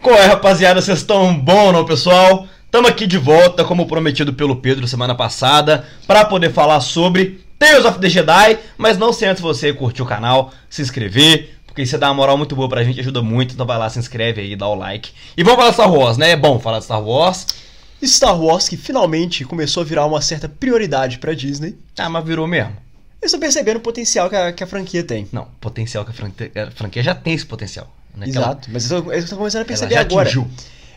Qual é, rapaziada? Vocês estão bom, não, pessoal? Tamo aqui de volta, como prometido pelo Pedro semana passada, para poder falar sobre Tales of the Jedi, mas não sem antes você curtir o canal, se inscrever, porque isso dá uma moral muito boa pra gente, ajuda muito, então vai lá, se inscreve aí, dá o like. E vamos falar de Star Wars, né? É bom falar de Star Wars. Star Wars, que finalmente começou a virar uma certa prioridade pra Disney, Ah, mas virou mesmo. eles estão percebendo o potencial que a, que a franquia tem. Não, potencial que a franquia, a franquia já tem esse potencial. né? Que ela- Exato, mas eles estão- eles estão começando a ela perceber já agora. atingiu.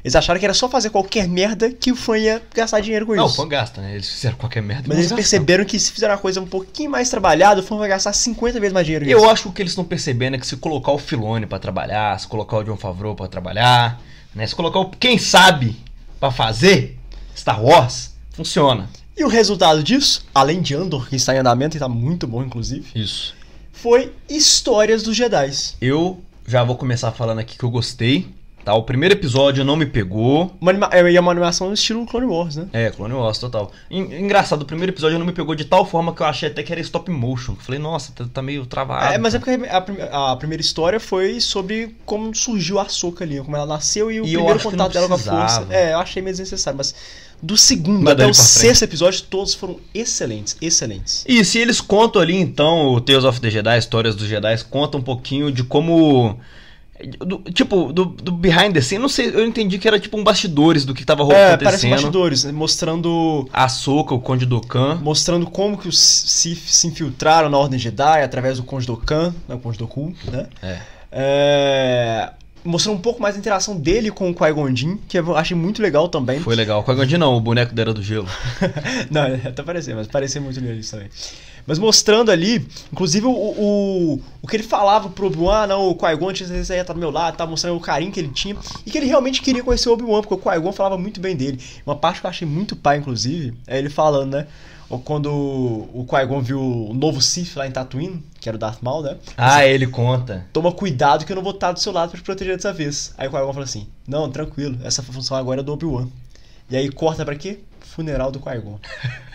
Eles acharam que era só fazer qualquer merda que o fã ia gastar dinheiro com Não, o isso. fã gasta, né? Eles fizeram qualquer merda. e vão Mas eles gastando. perceberam que se fizer uma coisa um pouquinho mais trabalhada, o fã vai gastar 50 vezes mais dinheiro nisso. Eu acho que o que eles estão percebendo é que se colocar o Filone pra trabalhar, se colocar o John Favreau pra trabalhar, né? Se colocar o quem sabe pra fazer Star Wars, funciona. E o resultado disso, além de Andor, que está em andamento e está muito bom, inclusive, Isso. foi histórias dos Jedi. Eu já vou começar falando aqui que eu gostei, tá? O primeiro episódio não me pegou. Uma anima... É uma animação no estilo Clone Wars, né? É, Clone Wars, total. En- Engraçado, o primeiro episódio não me pegou de tal forma que eu achei até que era stop motion. Eu Falei, nossa, tá, tá meio travado. É, mas é porque a, prim- a primeira história foi sobre como surgiu a Soca ali, como ela nasceu e o E eu acho primeiro que contato não dela com a força. precisava. É, eu achei meio desnecessário, mas do segundo Mas até dali o pra frente. sexto episódio, todos foram excelentes, excelentes. E se eles contam ali, então, o Tales of the Jedi, Histórias dos Jedi, conta um pouquinho de como. do- tipo, do, do behind the scenes, não sei, eu entendi que era tipo um bastidores do que tava rolando É, parece acontecendo. bastidores, né? mostrando A Soca, o Conde Dokkan. mostrando como que os Sith se infiltraram na Ordem Jedi através do Conde Dokkan, não, Conde Doku, né? É. É, mostrando um pouco mais a interação dele com o Qui-Gon Jinn, que eu achei muito legal também. Foi legal. Com a Gandhi não, o boneco da Era do Gelo. Não, é, até parecendo, mas parecia muito legal isso também. Mas mostrando ali, inclusive o, o, o que ele falava pro Obi-Wan, ah, não, o Qui-Gon tinha certeza que ia estar do meu lado, tá mostrando o carinho que ele tinha e que ele realmente queria conhecer o Obi-Wan, porque o Qui-Gon falava muito bem dele. Uma parte que eu achei muito pai, inclusive, é ele falando, né? ou Quando o Qui-Gon viu o novo Sith lá em Tatooine, que era o Darth Maul, né? Ah, ele conta. Toma cuidado que eu não vou estar do seu lado pra te proteger dessa vez. Aí o Qui-Gon fala assim: Não, tranquilo, essa função agora é do Obi-Wan. E aí corta pra quê? Funeral do Qui-Gon.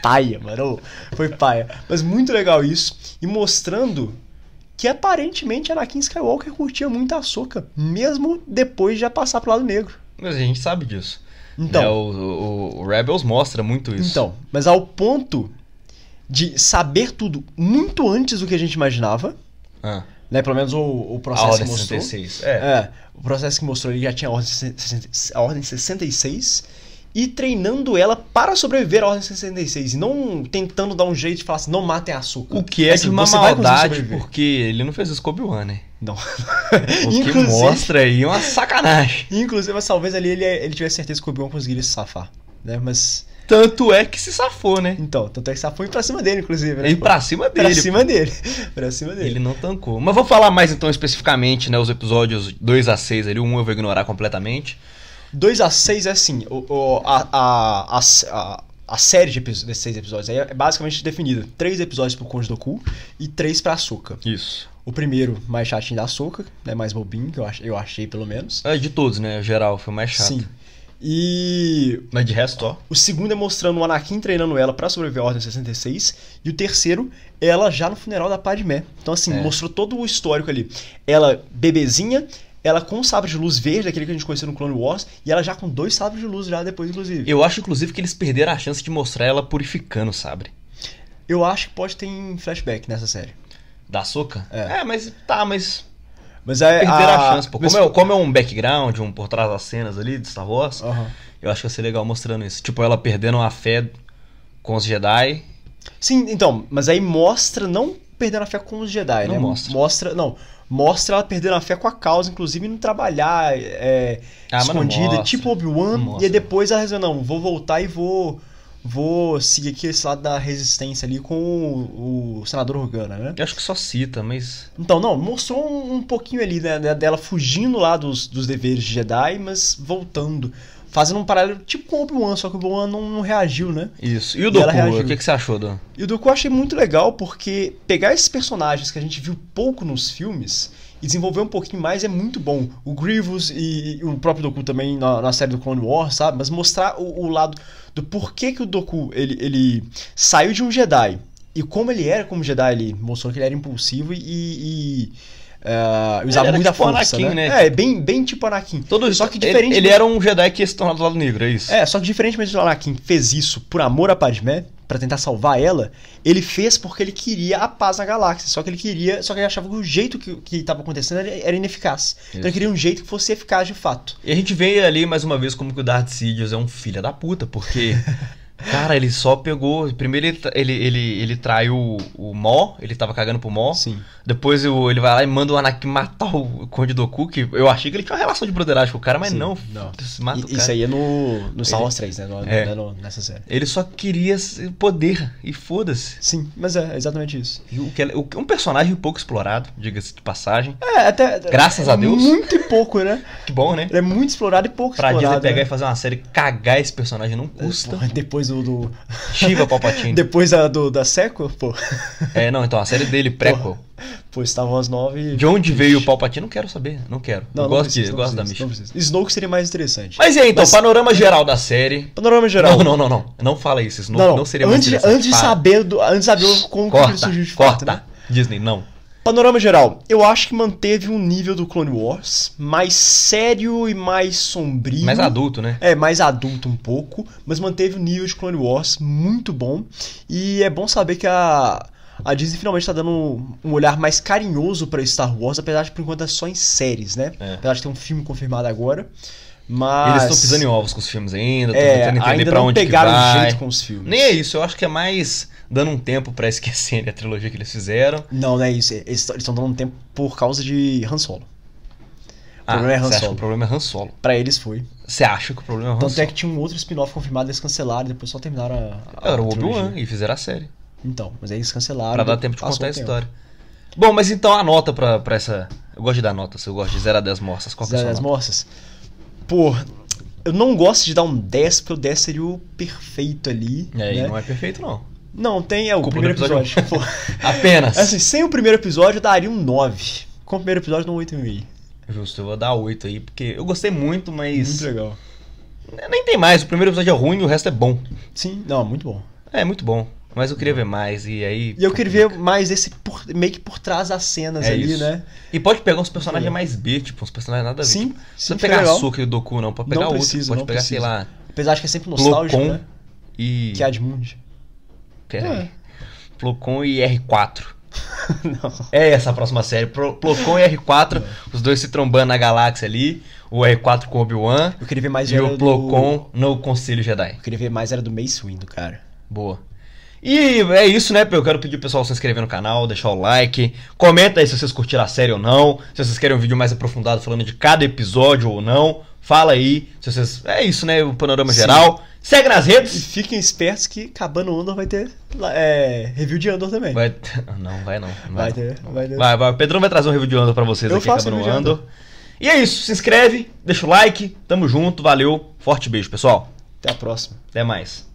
paia, mano. ô, Foi paia. Mas muito legal isso. E mostrando que aparentemente Anakin Skywalker curtia muito a soca, mesmo depois de já passar pro lado negro. Mas a gente sabe disso. Então, Né, o, o- o Rebels mostra muito É, isso. então, mas ao ponto de saber tudo muito antes do que a gente imaginava, Ah, né? Pelo menos o, o a processo Ordem mostrou. 66. É. É, o processo que mostrou ele já tinha a ordem, 60 a ordem 66 e treinando ela para sobreviver à ordem 66 e não tentando dar um jeito de falar assim, não matem a Soka. O que é Assim, de uma você vai conseguir maldade, sobreviver. porque ele não fez isso com o Obi-Wan, né? Não. O que Inclusive- mostra aí é uma sacanagem. Inclusive, mas talvez ali ele, ele tivesse certeza que o Obi-Wan conseguiria se safar, né? Mas, Tanto é que se safou, né? então, tanto é que safou e pra cima dele, inclusive, né? E pra cima Pra dele. cima dele. pra cima dele. Ele não tancou. Mas vou falar mais então especificamente, né? Os episódios 2 a 6 ali. O 1 eu vou ignorar completamente. 2 a 6 é assim, o, o- a, a, a, a, a série de episo- desses seis episódios aí é basicamente definida. Três episódios pro Conde do Cu e três pra Soca. Isso. O primeiro, mais chatinho da Soca, né? Mais bobinho, que eu, ach- eu achei pelo menos. É, de todos, né? Geral, foi o mais chato. Sim. E Mas de resto, ó. o segundo é mostrando o Anakin treinando ela pra sobreviver à Ordem 66. E o terceiro, ela já no funeral da Padmé. Então, assim, É. mostrou todo o histórico ali. Ela bebezinha, ela com um sabre de luz verde, aquele que a gente conheceu no Clone Wars, e ela já com dois sabres de luz já depois, inclusive. Eu acho, inclusive, que eles perderam a chance de mostrar ela purificando o sabre. Eu acho que pode ter em flashback nessa série. Da soca? É. mas tá, mas Mas é. perderam a, chance, pô. mas- Como, é, como é um background, um por trás das cenas ali de Star Wars, Aham. eu acho que ia ser legal mostrando isso. Tipo, ela perdendo a fé com os Jedi. Sim, então, mas aí mostra não perdendo a fé com os Jedi, Não né? mostra. Não. Mostra ela perdendo a fé com a causa, inclusive não trabalhar é, Ah, mas não escondida, mostra. tipo Não Obi-Wan, e mostra. aí depois ela resolveu, não, vou voltar e vou. Vou seguir aqui esse lado da resistência ali com o, o senador Organa, né? Eu acho que só cita, mas. Então, não, mostrou um, um pouquinho ali né, né, dela fugindo lá dos, dos deveres de Jedi, mas voltando. Fazendo um paralelo tipo com o Obi-Wan, só que o Obi-Wan não, não reagiu, né? Isso. E o E Doku, ela reagiu. o que, que você achou, Dan? E o Doku eu achei muito legal porque pegar esses personagens que a gente viu pouco nos filmes e desenvolver um pouquinho mais é muito bom. O Grievous e, e o próprio Doku também na, na série do Clone Wars, sabe? Mas mostrar o, o lado do porquê que o Doku ele, ele saiu de um Jedi e como ele era como Jedi, ele mostrou que ele era impulsivo e. e ah, Ele usava era muita tipo força, Anakin, né? né? É, bem, bem tipo Anakin. Todo, Só que ele- diferente Ele, do- era um Jedi que se tornava do lado negro, é isso? É, só que diferentemente do Anakin que fez isso por amor a Padmé, pra tentar salvar ela, ele fez porque ele queria a paz na galáxia. Só que ele queria, só que ele achava que o jeito que que tava acontecendo era, era ineficaz. Então ele Isso. queria um jeito que fosse eficaz de fato. E a gente vê ali mais uma vez como que o Darth Sidious é um filho da puta, porque. Cara, ele só pegou. Primeiro ele, tra- ele, ele, ele traiu o, o Mó, ele tava cagando pro Mó. Sim. Depois o- ele vai lá e manda o Anakin matar o Conde Doku, que eu achei que ele tinha uma relação de broderagem com o cara, mas Sim, não. não. se Mata o E- cara. isso aí é no, no Star Ele- Wars 3, né? No- É. né, no- nessa série. Ele só queria esse poder e foda-se. Sim, mas é exatamente isso. E o que é- o que- um personagem pouco explorado, diga-se de passagem. É, até. Graças a Deus. Muito e pouco, né? Que bom, né? Ele é muito explorado e pouco Pra Disney explorado. pegar é e né? fazer uma série, cagar esse personagem não custa. Pô, Depois do. do- Shiva Palpatine. Depois da, do, da sequel, pô. É, não, então a série dele, prequel. Pô, Star Wars 9. De onde veio o Palpatine, não quero saber, não quero. eu gosto, precisa, de, eu não gosto da precisa, Misha. não precisa. Snoke seria mais interessante. Mas e aí, então, Mas- panorama geral da série. Panorama geral. Não, não, não, não. Não fala isso, isso não, não seria mais antes, de- interessante. antes de Para. saber do, antes de saber como que ele Corta, surgiu de fato, corta. né? Disney, não. Panorama geral. Eu acho que manteve um nível do Clone Wars mais sério e mais sombrio. Mais adulto, né? É, mais adulto um pouco, mas manteve o nível de Clone Wars muito bom. E é bom saber que a, a Disney finalmente tá dando um, um olhar mais carinhoso pra Star Wars, apesar de por enquanto é só em séries, né? É. Apesar de ter um filme confirmado agora. Eles Mas. estão pisando em ovos com os filmes ainda, estão é, tentando entender ainda pra não onde pegaram que o vai. jeito com os filmes. Nem é isso, eu acho que é mais dando um tempo pra esquecerem a trilogia que eles fizeram. Não, não é isso. Eles estão dando tempo por causa de Han Solo. O Ah, problema é Han você acha que Solo. o problema é Han Solo. Pra eles foi. Você acha que o problema é Han Tanto é Solo? que tinha um outro spin-off confirmado, eles cancelaram, depois só terminaram a. a Era o um trilogia. Obi-Wan e fizeram a série. Então, mas aí eles cancelaram. Pra dar tempo de passou contar a o tempo. história. Bom, mas então a nota pra, pra essa. Eu gosto de dar nota, se eu gosto de 0 a 10 morsas. Qual que é a Zé sua das nota? Morsas. Pô, eu não gosto de dar um 10, porque o 10 seria o perfeito ali. E aí, né? não é perfeito, não. Não, tem é, o Culpa do primeiro episódio. episódio. um. Pô, Apenas. assim, sem o primeiro episódio, eu daria um 9. Com o primeiro episódio, um não 8,5. Justo, eu vou dar 8 aí, porque eu gostei muito, mas. Muito legal. Nem tem mais. O primeiro episódio é ruim e o resto é bom. Sim, não, muito bom. É, muito bom. Mas eu queria ver mais, e aí. E eu queria ver mais desse por- meio que por trás das cenas É ali, isso. né? E pode pegar uns personagens mais B, tipo, uns personagens nada a ver. Sim, Tipo, sim, não fica precisa pegar legal. açúcar e o Doku, não. Pode Não pegar outro. precisa, pode não pegar, sei precisa. lá, Apesar de que é sempre nostálgico, Plocon né? e. Que é Admund. Pera É. aí. Plocon e R4. não. É. É essa a próxima série. Pro- Plocon e R4, os dois se trombando na galáxia ali. O R4 com Obi-Wan Eu queria ver mais e era o Plocon no Conselho Jedi. Eu queria ver mais era do Mace Windu, cara. Boa. E é isso, né? Eu quero pedir o pessoal se inscrever no canal, deixar o like. Comenta aí se vocês curtiram a série ou não. Se vocês querem um vídeo mais aprofundado falando de cada episódio ou não. Fala aí. Se vocês... É isso, né? O panorama Sim. geral. Segue nas E redes. fiquem espertos que acabando Andor vai ter lá- é, review de Andor também. Vai... Não, vai não. Não Vai não. ter, vai ter. Vai, vai. O Pedrão vai trazer um review de Andor pra vocês Eu aqui, faço acabando o review de Andor. E é isso. Se inscreve, deixa o like. Tamo junto, valeu. Forte beijo, pessoal. Até a próxima. Até mais.